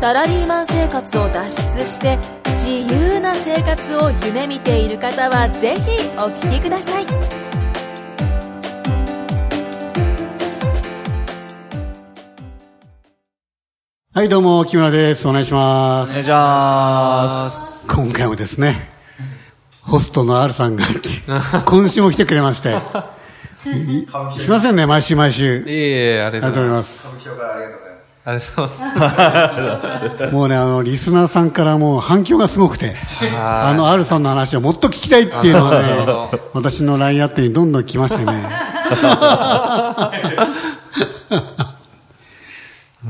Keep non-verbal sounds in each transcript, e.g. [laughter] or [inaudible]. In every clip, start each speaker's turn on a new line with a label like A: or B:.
A: サラリーマン生活を脱出して自由な生活を夢見ている方はぜひお聞きください
B: はい、どうも、木村です。お願いしま
C: お
B: す。
C: 願いします。
B: 今回もですね、ホストの R さんが今週も来てくれまして、いすいませんね、毎週毎週。
D: いえいえ、あり
B: ありがと
D: がと
B: うござい
D: うござい
B: ま
D: ます。
B: す。
D: ありがとうござ
B: [laughs]
D: います。
B: もうね、あの、リスナーさんからもう反響がすごくて、あの、R さんの話をもっと聞きたいっていうの
D: なるほ
B: がね
C: [laughs]
D: ど、
B: 私の LINE アットにどんどん来ましてね。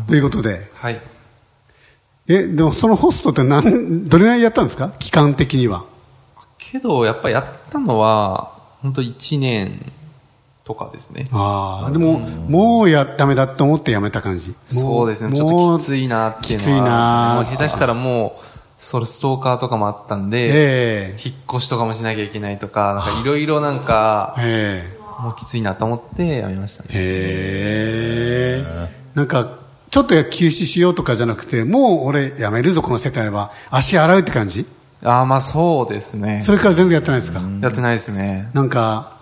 B: ということで、
D: はい。
B: え、でもそのホストって何、どれぐらいやったんですか期間的には。
D: けど、やっぱやったのは、本当1年とかですね。
B: ああ、でも、もうや、ダメだと思ってやめた感じ。
D: そうですね。ちょっときついなっていう
B: き
D: のは、
B: ついな
D: もう下手したらもう、それストーカーとかもあったんで、
B: え
D: 引っ越しとかもしなきゃいけないとか、なんかいろいろなんか
B: え、え
D: もうきついなと思ってやめました
B: え
D: ね。
B: ええなんか、ちょっと休止しようとかじゃなくて、もう俺やめるぞ、この世界は。足洗うって感じ
D: ああ、まあそうですね
B: そ。れから全然やってないですか
D: やってないですね。
B: なんか、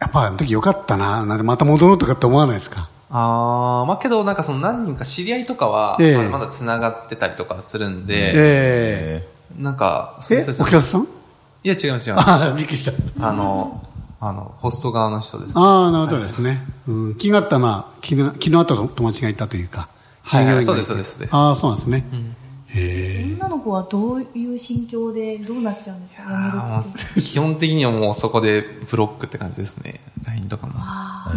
B: やっぱあの時よかったな、なんでまた戻ろうとかって思わないですか
D: ああ、まあけどなんかその何人か知り合いとかは、
B: ええ
D: まだまだ繋がってたりとかするんで、
B: え
D: なんか、
B: え
D: そういう
B: え
D: 人たち
B: お客さん
D: いや、違います、違います。
B: ああ、びっくりした。
D: あの、あの、ホスト側の人です。
B: ああ、なるほどですね。うん、気があったのは、気の気のあった友達がいたというか、
D: はいはい
B: 従業員がた
D: そうですそうですそうです
B: ああ、そうなんですね。へえ。
E: 女の子はどういう心境でどうなっちゃうんですかや
D: あ
E: めるって
D: ー基本的にはもうそこでブロックって感じですね。LINE とかも。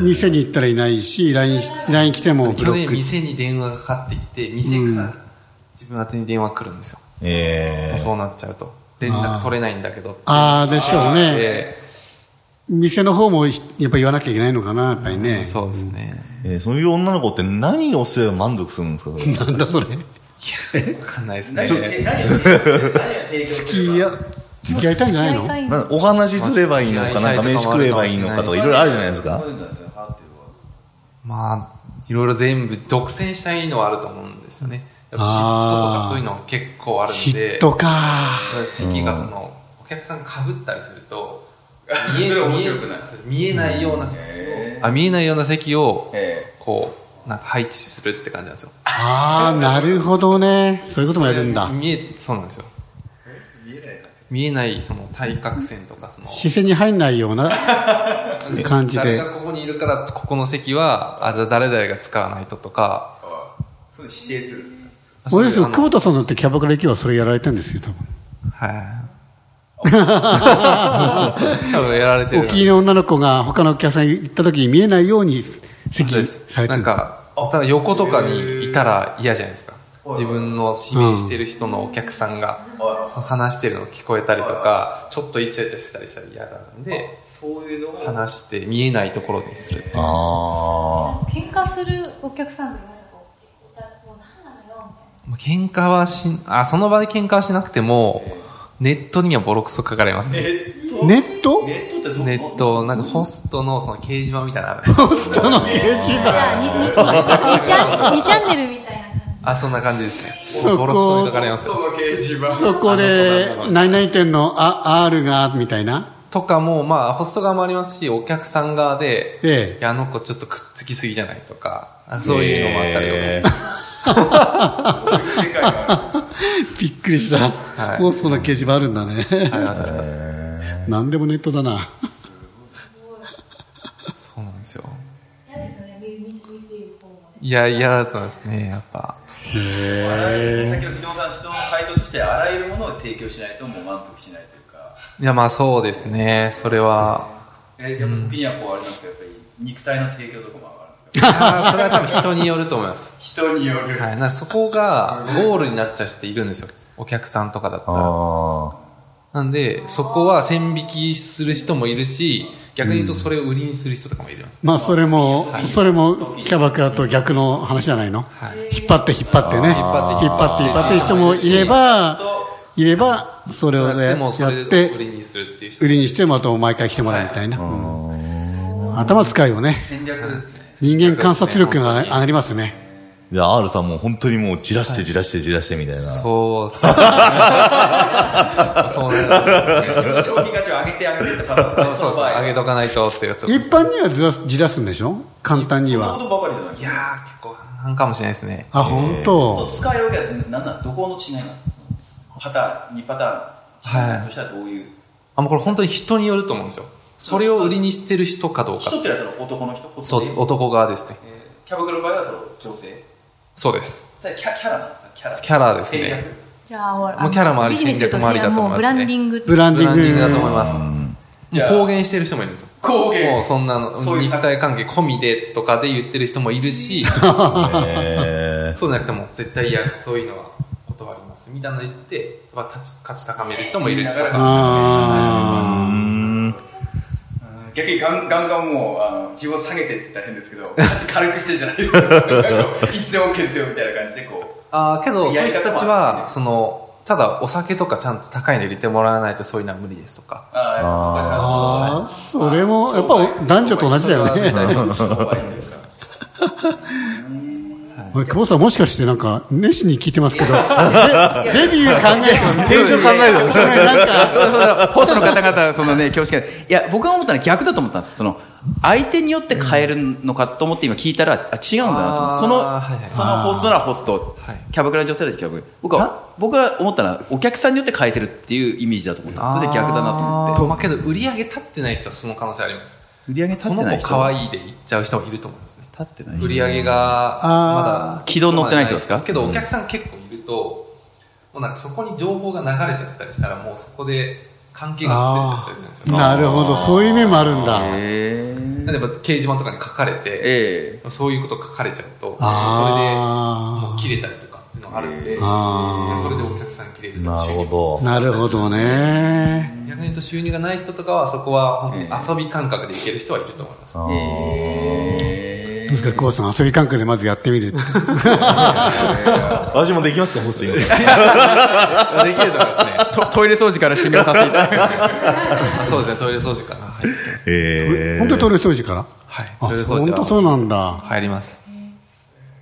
B: 店に行ったらいないし、LINE し LINE 来てもブ
D: 去
B: ロッ
D: 年
B: ク。
D: 店に電話がかかってきて、店から自分宛てに電話来るんですよ。
C: え
D: そうなっちゃうと。連絡取れないんだけど。
B: ああ、でしょうね。
D: で
B: 店の方もひやっぱ言わなきゃいけないのかな、やっぱりね。
D: そうですね。
C: ーえーそういう女の子って何をすれば満足するんですかそれ
B: なんだそれ。
D: わかんないですね。
B: 付き合付き合いたいんじゃないの
E: やりたい
C: なんかお話しすればいいのか、なんか飯食えばいいのかとか、いろいろあるじゃないですか。
D: まあ、いろいろ全部独占したいのはあると思うんですよね。やっぱ嫉妬と
B: あー
D: かそういうの結構あるん
B: 嫉
D: で。
B: 妬か。
D: 席がそのお客さんかぶったりすると [laughs] 見え面白くない見えないような席をあ見えないような席をこうなんか配置するって感じなんですよ
B: ああ、なるほどね。そういうこともやるんだ。
D: 見えそうなんですよ見えないその対角線とかその
B: 視線に入んないような感じ
D: [laughs] 誰
B: で。
D: がここにいるからここの席はあじゃあ誰々が使わないととかそ
B: 俺
D: うい
B: です
D: う
B: よ、
D: 指定する
B: 久
D: ん
B: 保
D: ですか
B: 田さんだってキャバクラ行けばそれやられてるんですよ、多分。 [laughs]
D: はい多分やられてる
B: お気に入りの女の子が他のお客さん行った時に見えないように席
D: そうで
B: さ
D: す
B: れて
D: な
B: る
D: ん
B: んです
D: かただ横とかにいたら嫌じゃないですか自分の指名してる人のお客さんが話してるの聞こえたりとかちょっとイチャイチャしてたりしたら嫌なんで話して見えないところにするっていう
C: あ
E: 喧嘩するお客さんがいましたかもう何なのよ
D: まあ喧嘩はしあその場で喧嘩はしなくてもネットにはボロクソ書かれますね
B: ネット
D: ネットなんかホストのその掲示板みたいなのある
B: その掲示
E: みたいなじゃあにに 2, チャン2チャンネルみたいな感
D: あそんな感じですね
B: そこ
D: ボロクソに書かれますよ
B: そこで、何々店のあ R が、みたいな。
D: とかもまあホスト側もありますしお客さん側で
B: え
D: いや、あの子ちょっとくっつきすぎじゃないとか、あそういうのもあったりとか、
C: え
B: え。びっくりした。
D: はい
B: ホストの掲示板あるんだ
D: あり
B: ね。
D: ますあります。
B: 何でもネットだな。
D: そうなんですよ。
E: じ嫌ですよね見見見てる方もね
D: いや、嫌だったんですね、やっぱ。
F: 先ほど不動産指導の回答としてあらゆるものを提供しないともう満足しないというか、
D: いや、まあそうですね、そ
B: [laughs]
D: れは。
F: えやっぱ時にはこうあれなんですけどやっぱり肉体の提供とかもあるんで
D: い
F: す
D: やそれは多分人によると思います。
F: か人による
D: はい。なそこがゴールになっちゃう人っているんですよ。お客さんとかだった
C: ー
D: ら。
C: あ
D: なんで、そこは線引きする人もいるし、逆に言うとそれを売りにする人とかもいます。
B: まあそれも、それもキャバクラと逆の話じゃないの、引っ張って引っ張ってね引っ張っ
D: あー
B: て引っ張って人もいればいればそれをね
D: で
B: や
D: もそれ
B: っ
D: で売り
B: て
D: にするっていう人
B: 売りにしてまた毎回来てもらうみたいな、うん頭使うよね
F: 戦略ですね。
B: 人間観察力が上がりますね
C: じゃあ R さんもう本当にもう散らして散らして散らしてみたいな。
F: [laughs]
D: そうっすね。そうなんだ
F: 商品価値を上げて上げてってパターン
D: そうっすね。上げ
F: と
D: とかないとっていうやつ。い
B: 一般にはずらすじらすんでしょ簡単に
F: こ
B: は
F: とばかりじゃないですか。
D: やー、結構半々かもしれないですね。
B: あ本
F: そう
B: 当
F: 使い分けはなんなんどこの違いなんですかそのパターン2パターン違いとしたらどういう、
D: あ、もうこれ本当に人によると思うんですよ。それを売りにしてる人かどうか。
F: 人ってのはその男の人
D: そうです。男側ですね。
F: えーキャバクラの場合はその女性
D: そうです。
F: それキャキャラなんですかキャラ
D: キャラですね
F: 戦略
E: じゃあほら
D: もうキャラもあり戦略もありだと思いますね
E: ビジネスとしてはもうブランディン
B: ブランディン
D: ブラ
E: グって
D: ン
B: グ
D: ディングだと思います。もう
F: じゃあ
D: 公言してる人もいるんですよ。
F: 公言
D: もうそんなの
F: そういう
D: 肉体関係込みでとかで言ってる人もいる
F: [laughs]
D: し、
C: えー
D: そうじゃなくても絶対いや、そういうのは断ります。みたいなの言って、まあ、価値価値高める人もいるし、
F: 言いながら
B: あ
C: うーん
F: 逆にガンガンガンもうあの自分を下げてって言ったら変ですけど価値軽くしてるじゃないですかなんかいつでも OK ですよみたいな感じでこ
D: あーけど、そういう人たち
F: やり方もあるんで
D: は、
F: す
D: その、ただお酒とかちゃんと高いの入れてもらわないとそういうのは無理ですとか。
F: うああ
B: あーそれもやっぱ男女と同じだよねあれ久保さんもしかしてなんか熱心に聞いてます
D: [laughs]
B: けど、でデビュー考えてる。
C: テンション考える
B: なんか、
F: ホストの方々そのね恐縮いや僕が思ったのは逆だと思ったんですその相手によって変えるのかと思って今聞いたらあ違うんだなと思ってその
D: あーはいはい
F: そのホストならホスト
D: はい
F: キャバクラの女性たちキャバクラ僕は僕が思ったのはお客さんによって変えてるっていうイメージだと思ったそれで逆だなと思っ
D: あ
F: て
D: ーまあけど、売り上げ立ってない人はその可能性あります。
F: 売り上げ立っ
D: こ
F: て
D: の
F: ない
D: 子
F: 人
D: 可愛いで行っちゃう人もいると思いますね。
F: 立ってない人
D: 売り上げが
B: あー
D: まだ
F: 軌道に乗ってない人ですか
D: けどお客さん結構いると、もうなんかそこに情報が流れちゃったりしたらもうそこで関係が
B: あ
D: 崩れちゃったりするんです
B: ー
D: よ
B: なるほど、そういう面もあるんだ。
F: えー
D: 例えば掲示板とかに書かれて、
F: え
D: そういうこと書かれちゃうとそれでも
B: あ
D: う切れたりとかっていうのがあるんで、
B: あー
D: それでお客さん切れると
C: な
D: 収
C: る
D: 入
C: ほど
B: あ。。なるほどね。
D: 逆に言うと収入がない人とかはそこは本当に遊び感覚でいける人はいると思います、
C: あー
B: どうですか、久保さん、遊び感覚でまずやってみる。
C: 私もできますか、ホス
D: [laughs]
C: ト今。
D: できると思いますね
F: え [laughs] トトイレ掃除から締めさせていただきます
D: あ [laughs] そうですねトイレ掃除から入ってきます
C: えー
B: 本当にトイレ掃除から
D: はい
B: あ、
D: トイレ掃除
B: 本当そうなんだ。
D: 入ります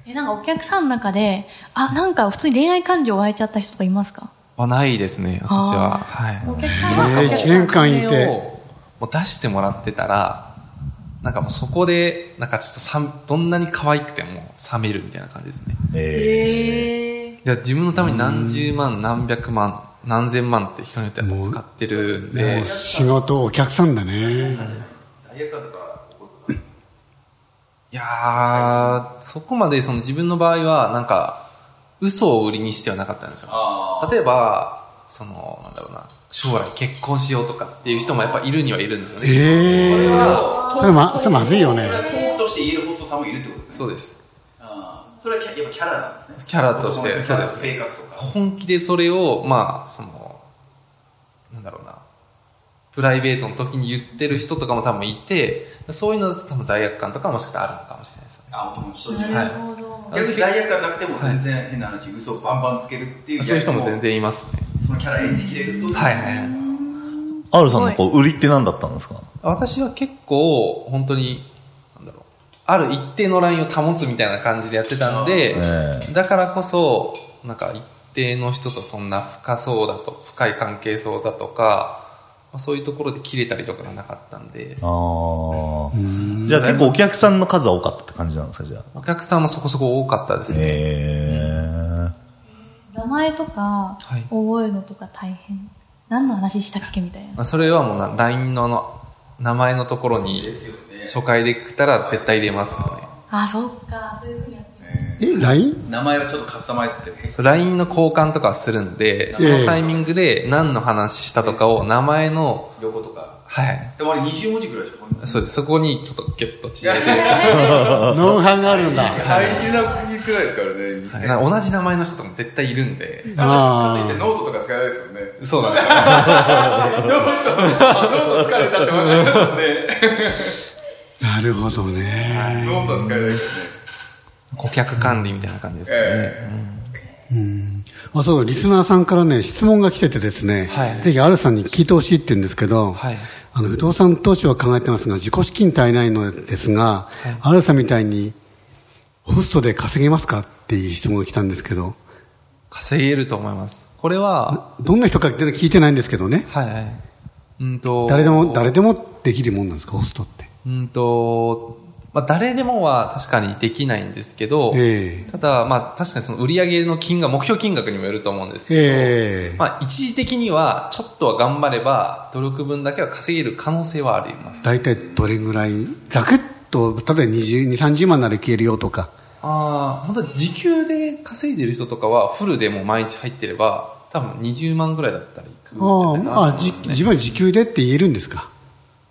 E: えなんかお客さんの中であなんか普通に恋愛感情湧いちゃった人とかいますか
D: はないですね私ははい
E: お客さん
B: え
E: はお
B: ー、
E: 客
B: 一
E: さん
B: 年間い
D: それを
B: て。
D: もう出してもらってたらなんかもうそこでなんかちょっとさんどんなに可愛くても冷めるみたいな感じですね
C: え
E: へえ
D: で自分のために何十万何百万何千万って人によっては使ってるん
B: も
D: で
B: う仕事、お客さんだね。
D: いやーそこまでその自分の場合はなんか嘘を売りにしてはなかったんですよ
F: あ
D: 例えばそのなんだろうな将来結婚しようとかっていう人もやっぱいるにはいるんですよね
B: ええ
F: ー
B: それま、それまずいよね
F: そ。れはトークとして言えるホストさんもいるってことですね
D: そうです
F: あーそれはキャやっぱキャラなんですね
D: キャラとして
F: 男のキャラ
D: そうです
F: 性格とか
D: 本気でそれをまあそのなんだろうなプライベートの時に言ってる人とかも多分いてそういうのだと多分罪悪感とかもしかしたらあるのかもしれないですよね
F: あ男の人
E: ー
F: に
E: なるほど
F: 逆に罪悪感なくても全然変な話、嘘をバンバンつけるっていう
D: そういう人も全然いますね
F: そのキャラ演じきれると
D: はいはいはい
C: R さんのこう売りって何だったんですか
D: 私は結構本当になんだろうある一定のラインを保つみたいな感じでやってたんで、
C: え
D: だからこそなんか一定の人とそんな深そうだと深い関係そうだとか、まあ、そういうところで切れたりとかがなかったんで
C: あーじゃあ結構お客さんの数は多かったって感じなんですか、じゃあ。
D: お客さんもそこそこ多かったですね、
C: え
E: 名前とか
D: はい
E: 覚えるのとか大変何の話したっけみたいな
D: まあ、それはもうな LINE のあの名前のところに初回で来たら絶対入れますよね
E: あそっかそういうふうにやってる
B: え、LINE?
F: 名前をちょっとカスタマイズって
D: そう LINE の交換とかするんでそのタイミングで何の話したとかを名前の
F: 横とか
D: はい
F: でもあれ20文字ぐらいしか
D: そうですそこにちょっとギュッと縮めて
B: ノウハウがあるんだ。
F: 大事な文字くらいですからね
D: はい同じ名前の人とかも絶対いるんで
B: あ
F: ノートとか使えないですよね
D: そうなんです
B: [laughs]
D: よ。ノート、ノート疲れたって分かったので、
B: なるほどね。
D: ノート疲れたですね。顧客管理みたいな感じですかね。
B: あそうリスナーさんからね質問が来ててですね、
D: はい
B: ぜひ R さんに聞いてほしいって言うんですけど、
D: はい
B: あの不動産投資は考えてますが自己資金足りないのですが、R さんみたいにホストで稼げますかっていう質問が来たんですけど
D: 稼げると思います。これは、
B: どんな人か全然聞いてないんですけどね
D: はいはい。うんと、
B: 誰でも誰でもできるもんなんですかホストって
D: うんと、まあ、誰でもは確かにできないんですけど、
B: ええ
D: ただ、まあ、確かにその売上の金額、目標金額にもよると思うんですけど、
B: ええ
D: まあ、一時的には、ちょっとは頑張れば、努力分だけは稼げる可能性はあります。
B: 大体どれぐらいざくっと例えば20 20 30万なら消えるよとか
D: ああ、本当に時給で稼いでる人とかは、フルでもう毎日入ってれば、多分20万ぐらいだったらいくんじゃ
B: あ
D: ないかなと
B: あ
D: 思い
B: あ
D: ます、
B: じ
D: ね。
B: 自分は時給でって言えるんですか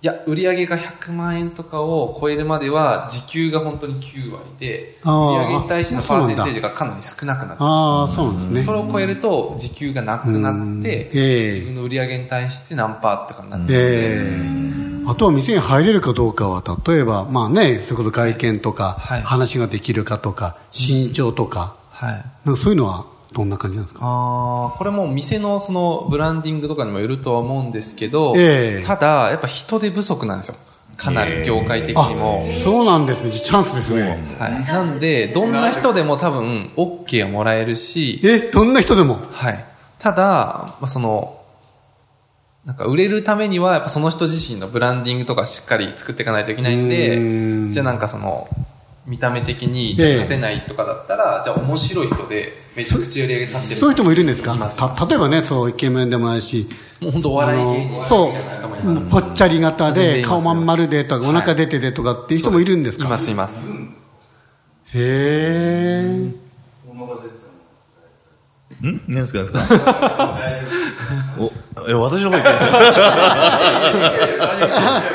D: いや、売上が100万円とかを超えるまでは、時給が本当に9割で、売
B: あー
D: 上に対しての
B: あ
D: パ
B: そうなん
D: ーセ
B: だ
D: ンテージがかなり少なくなって
B: ああ
D: ます。
B: そうなんですね
D: それを超えると、時給がなくなって、
B: うんええ
D: 自分の売上に対して何パーとかになってくるんで、
B: ええあとは店に入れるかどうかは例えばまあねそれこそ外見とか、
D: はい
B: 話ができるかとか身長とか,、
D: はい。
B: なんかそういうのはどんな感じなんですか
D: ああ、これも店のそのブランディングとかにもよるとは思うんですけど、
B: ええ
D: ただ、やっぱ人手不足なんですよ。かなり業界的にも。
B: そうなんですねチャンスですね
D: はい。なんで、どんな人でも多分、OK をもらえるし、
B: えどんな人でも
D: はい。ただ、まあ、その、なんか売れるためには、やっぱその人自身のブランディングとかしっかり作っていかないといけないん
B: うー
D: で、
B: ん
D: じゃあなんかその、見た目的に、じゃあ
B: ええ
D: 勝てないとかだったら、じゃあ面白い人で、めちゃくちゃ売り上げ立ってる。
B: そういう人もいるんですか
D: います
B: た例えばねそうイケメンでもないし
D: もう本当お笑い芸人
B: あの
D: み
B: そ
D: たいな人もいうま
B: もうぽっちゃり型
D: 全然
B: で
D: います
B: 顔まん丸でとかお腹出ててとかっていう人もいるんです
D: す。
B: か、
D: います、います。
B: へえ
C: ん何ですか何ですかお、え、私の方行ってま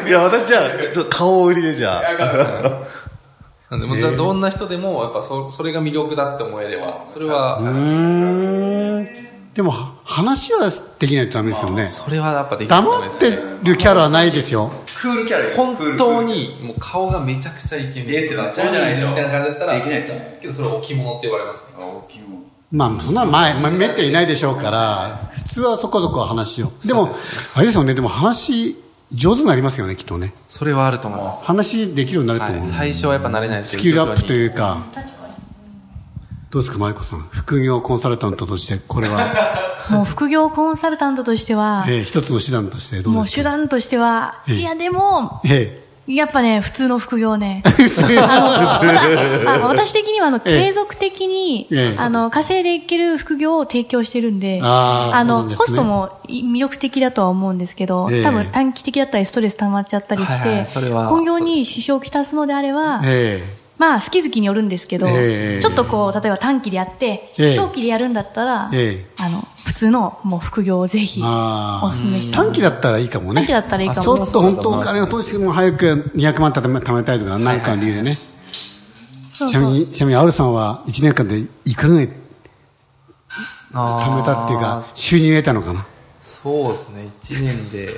C: すいや、私じゃあ、ちょっと顔売りでじゃあ。
D: なんで、もうだどんな人でも、やっぱそ、それが魅力だって思えれば、それは、
B: うーんでもは話はできないとダメですよね
D: それはやっぱできないと思
B: 黙
D: いま
B: っ
D: す
B: て
D: ね
B: るキャラはないですよ。
F: クールキャラよクー
D: 本
F: ル
D: 当にもう顔がめちゃくちゃイケメン
F: ですよねそうじゃないですよ
D: みたいな感じだったら
F: できないですよ
D: けどそれ置物って言われますね
B: まあ、そんな前、まあめったにいないでしょうから、普通はそこそこ話を。でも、あれですよね、でも話、上手になりますよね、きっとね。
D: それはあると思います、
B: 話できるようになると
D: は
B: 思う。
D: い、最初はやっぱ慣れないです
B: ス
D: けど
B: キルアップといううか、
E: 確かに
B: どうですか、舞子さん。副業コンサルタントとして、これは、
E: もう副業コンサルタントとしては、
B: えー一つの手段としてど
E: も
B: う
E: う
B: です
E: 手
B: か
E: 段としては、
B: ええ
E: いやでも、
B: え
E: やっぱね、普通の副業
B: [laughs]
E: ね。
B: えそういう
E: あのあ私的にはあの
B: ええ
E: 継続的に、
B: ええ
E: あの稼いでいける副業を提供してるんで、
B: あーそう
E: の
B: なんですね
E: ホストも魅力的だとは思うんですけど、
B: ええ
E: 多分短期的だったりストレス溜まっちゃったりし
D: はいは
E: て
D: いそれ、は
E: 本業に支障をきたすのであれば、
B: え
E: まあ好き好きによるんですけど、
B: ええ
E: ちょっとこう例えば短期でやって、
B: ええ
E: 長期でやるんだったら、
B: ええ
E: あの普通のもう副業をぜひ
B: あー
E: おすすめしたい
B: 短期だったらいいかもね。
E: 短期だったらいいかも
B: ちょっと本当お金を投資しても早く200万貯め貯めたいとか、何かの理由でね。
E: そう
B: ちなみ
E: そう
B: に、ちなみに、アルさんは1年間でいくらぐらい貯めたっていうか、収入得たのかな。
D: そうですね1年でなんで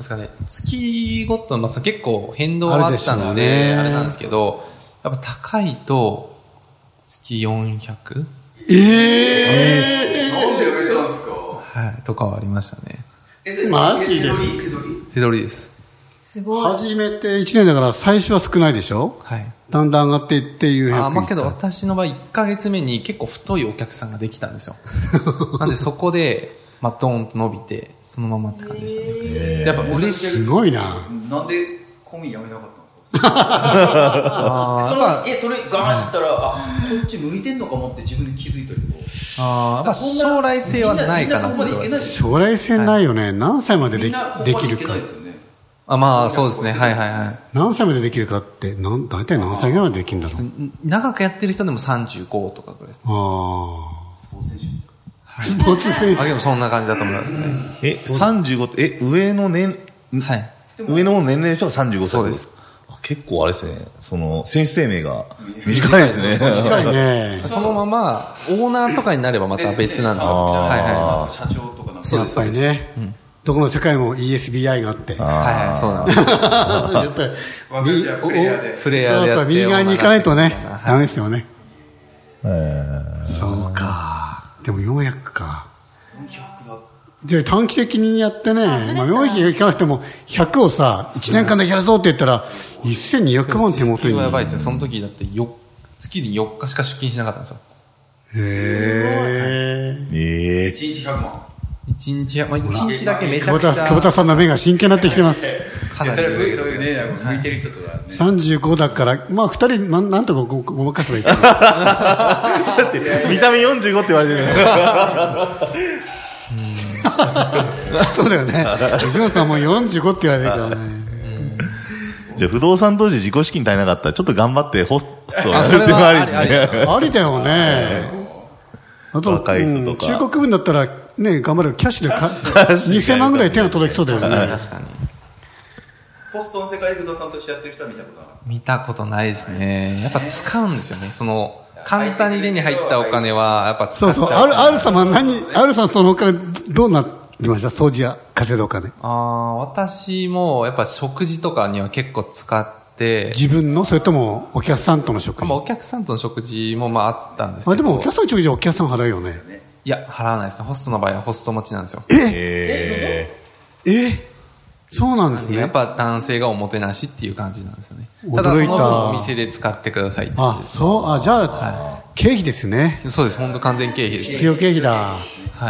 D: すかね月ごとの、まあ、その結構変動はあったの
B: あるでしょうね
D: であれなんですけどやっぱ高いと月400
B: ええ
D: はいとかはありましたね
B: マジです
D: 手取りです
E: すごい。
B: 初めて1年だから最初は少ないでしょ
D: はい
B: だんだん上がっていっていう
D: あーまあけど私の場合1ヶ月目に結構太いお客さんができたん
F: [laughs]
D: ですよなんでそこで、まあ、ドーンと伸びてそのままって感じでしたね、でやっぱ売れ
B: すごいな。
F: なんでコミやめなかったんですか
D: あ
F: そ
D: ー
F: の
D: やっぱ
F: えそれガーンやったらあこっち向いてんのかもって自分で気づいたりとか
D: あーやっぱ将来性はないかなと
F: みんな
D: 思
F: そこ
D: いま
F: までいけない
D: す
B: 将来性ないよね。何歳までで
F: みん
B: き
F: なここ
B: で
F: ま
B: き
F: でい
B: る
F: け
B: か
F: ない。ですよね
D: あまあそうですねはいはいはい
B: 何歳までできるかって、なん大体何歳ぐらいまでできるんだろう。
D: 長くやってる人でも35とかぐらいですね
B: あ
F: スポーツ選手みたい
B: あ。スポーツ選手
D: あ。でもそんな感じだと思いますね、
C: え、35って、え、上の年、
D: はい
C: 上の年齢の人が35歳
D: そうです
C: あ結構あれですねその選手生命が短いですね
B: 近いね。
D: そのままオーナーとかになればまた別なんですよ
C: あー
D: はいはい
F: な社長とかなんか
D: そう
B: や
D: で
B: っ
D: す
B: ぱりね、どこの世界も ESBI があって
D: はいはい、そうなんで
B: [laughs]
D: す。
B: やっぱり
D: わかるじゃあプレイヤーで
B: おお
D: プレイヤーでや
B: そう
D: って
B: そう右側に行かないとね
D: はい
B: ダメですよね
C: えー
B: そうかでも400かで短期的にやってね、まあ、400いかなくても100をさ1年間でやるぞって言ったら1200万手元に
D: はやばいですね。その時だってよ月に4日しか出勤しなかったんですよ。
B: へえ
C: えー
F: 1日100万
D: 一日や、まあ、一日だけめち
B: 久
D: ゃ
B: 保
D: くちゃ
B: 田久保田さんの目が真剣になってきてます
D: かなり上ですよね
F: 向いてる人とかね
B: 35だからまあ2人なんなんとかごごまかせばいいけど
C: だって見た目45って言われてるから
B: そうだよね藤本さんもう45って言われるからね
C: じゃあ不動産当時自己資金足りなかったらちょっと頑張ってホストをや
D: あ
C: るっ
D: それ
C: て
D: は
C: いうのもありです
D: ありあ
C: ね
B: ありだよ
D: [laughs]
B: ねあと、
C: 若い人とか
B: 中国分だったらね頑張るキャッシュで
D: [laughs]
B: か
C: シュで
B: 2000万ぐらい手が届きそうだよね
D: 確かに。
F: ポストの世界で不動産としてやってる人は見たことなかっ
D: 見たことないですね。やっぱ使うんですよね。その、簡単に手に入ったお金は、やっぱ使
B: そ
D: っ
B: う
D: ちゃ
B: そう、あ
D: う。
B: る、ある様、何、あるさん、そのお金、どうなってました掃除や稼いだお金。
D: ああ、私も、やっぱ食事とかには結構使って、
B: 自分の、それとも、お客さんとの食
D: まあ、
B: 事。
D: お客さんとの食事もまああったんですけど。
B: あ、でも、お客さんの食事はお客さん払うよね。
D: いや、払わないですね。ホストの場合はホスト持ちなんですよ。
C: え
B: えそうなんです
D: や
B: ね
D: っ。ぱ男性がおもてなしっていう感じなんですよね。
B: 驚いた
D: ただその分お店で使ってくださいっていう
B: あ、そう、あ、じゃあ、経費ですね。
D: そうです。本当完全経費です
B: 必。要経費だ。
D: は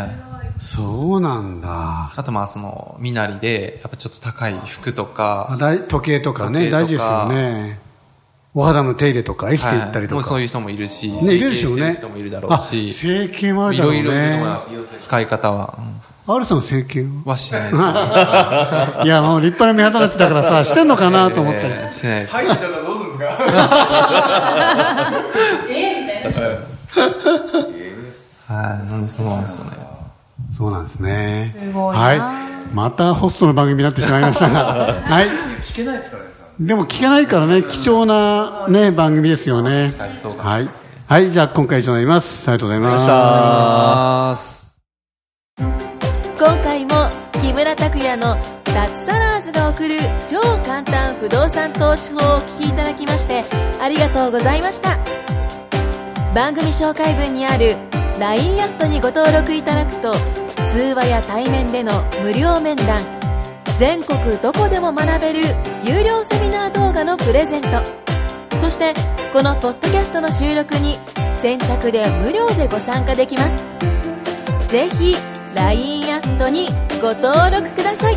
D: い。
B: そうなんだ。
D: あとまあその、身なりで、やっぱちょっと高い服と
B: あ
D: か、
B: だい時計とかね、
D: 時計とか
B: 大事ですよね。お肌の手入れとか、エステ行ったりと
D: もう
B: か。
D: そういう人もいるし、
B: ね、いるで
D: 整形
B: しょ
D: し
B: う
D: てる
B: ね。
D: 人もいるだろう
B: あ
D: し、
B: 整形もある
D: い
B: だろ
D: ろ
B: うね。
D: いろいると思います。使い方は。
B: [laughs] あるさん整形は
D: うんはしないですね。
B: いや、もう立派な目肌立ちだからさ、してんのかなと思ったりして。
D: しないです。
F: た入ってたらどうするんですか
E: [laughs] えみたいな
D: はい。なんでそうなんですよね。
B: そうなんですね。
E: すごいな
B: はい。またホストの番組になってしまいました
E: [laughs]
B: が、はい。
F: 聞けないですからね
B: でも聞けないからね、貴重なね、番組ですよね。
D: にそうか
B: はい。はい、じゃあ今回以上になります。ありがとうございました。
D: あー。
A: 今回も木村拓哉の脱サラーズが送る超簡単不動産投資法をお聞きいただきましてありがとうございました番組紹介文にある LINE アットにご登録いただくと通話や対面での無料面談全国どこでも学べる有料セミナー動画のプレゼントそしてこのポッドキャストの収録に先着で無料でご参加できますぜひ LINE アットにご登録ください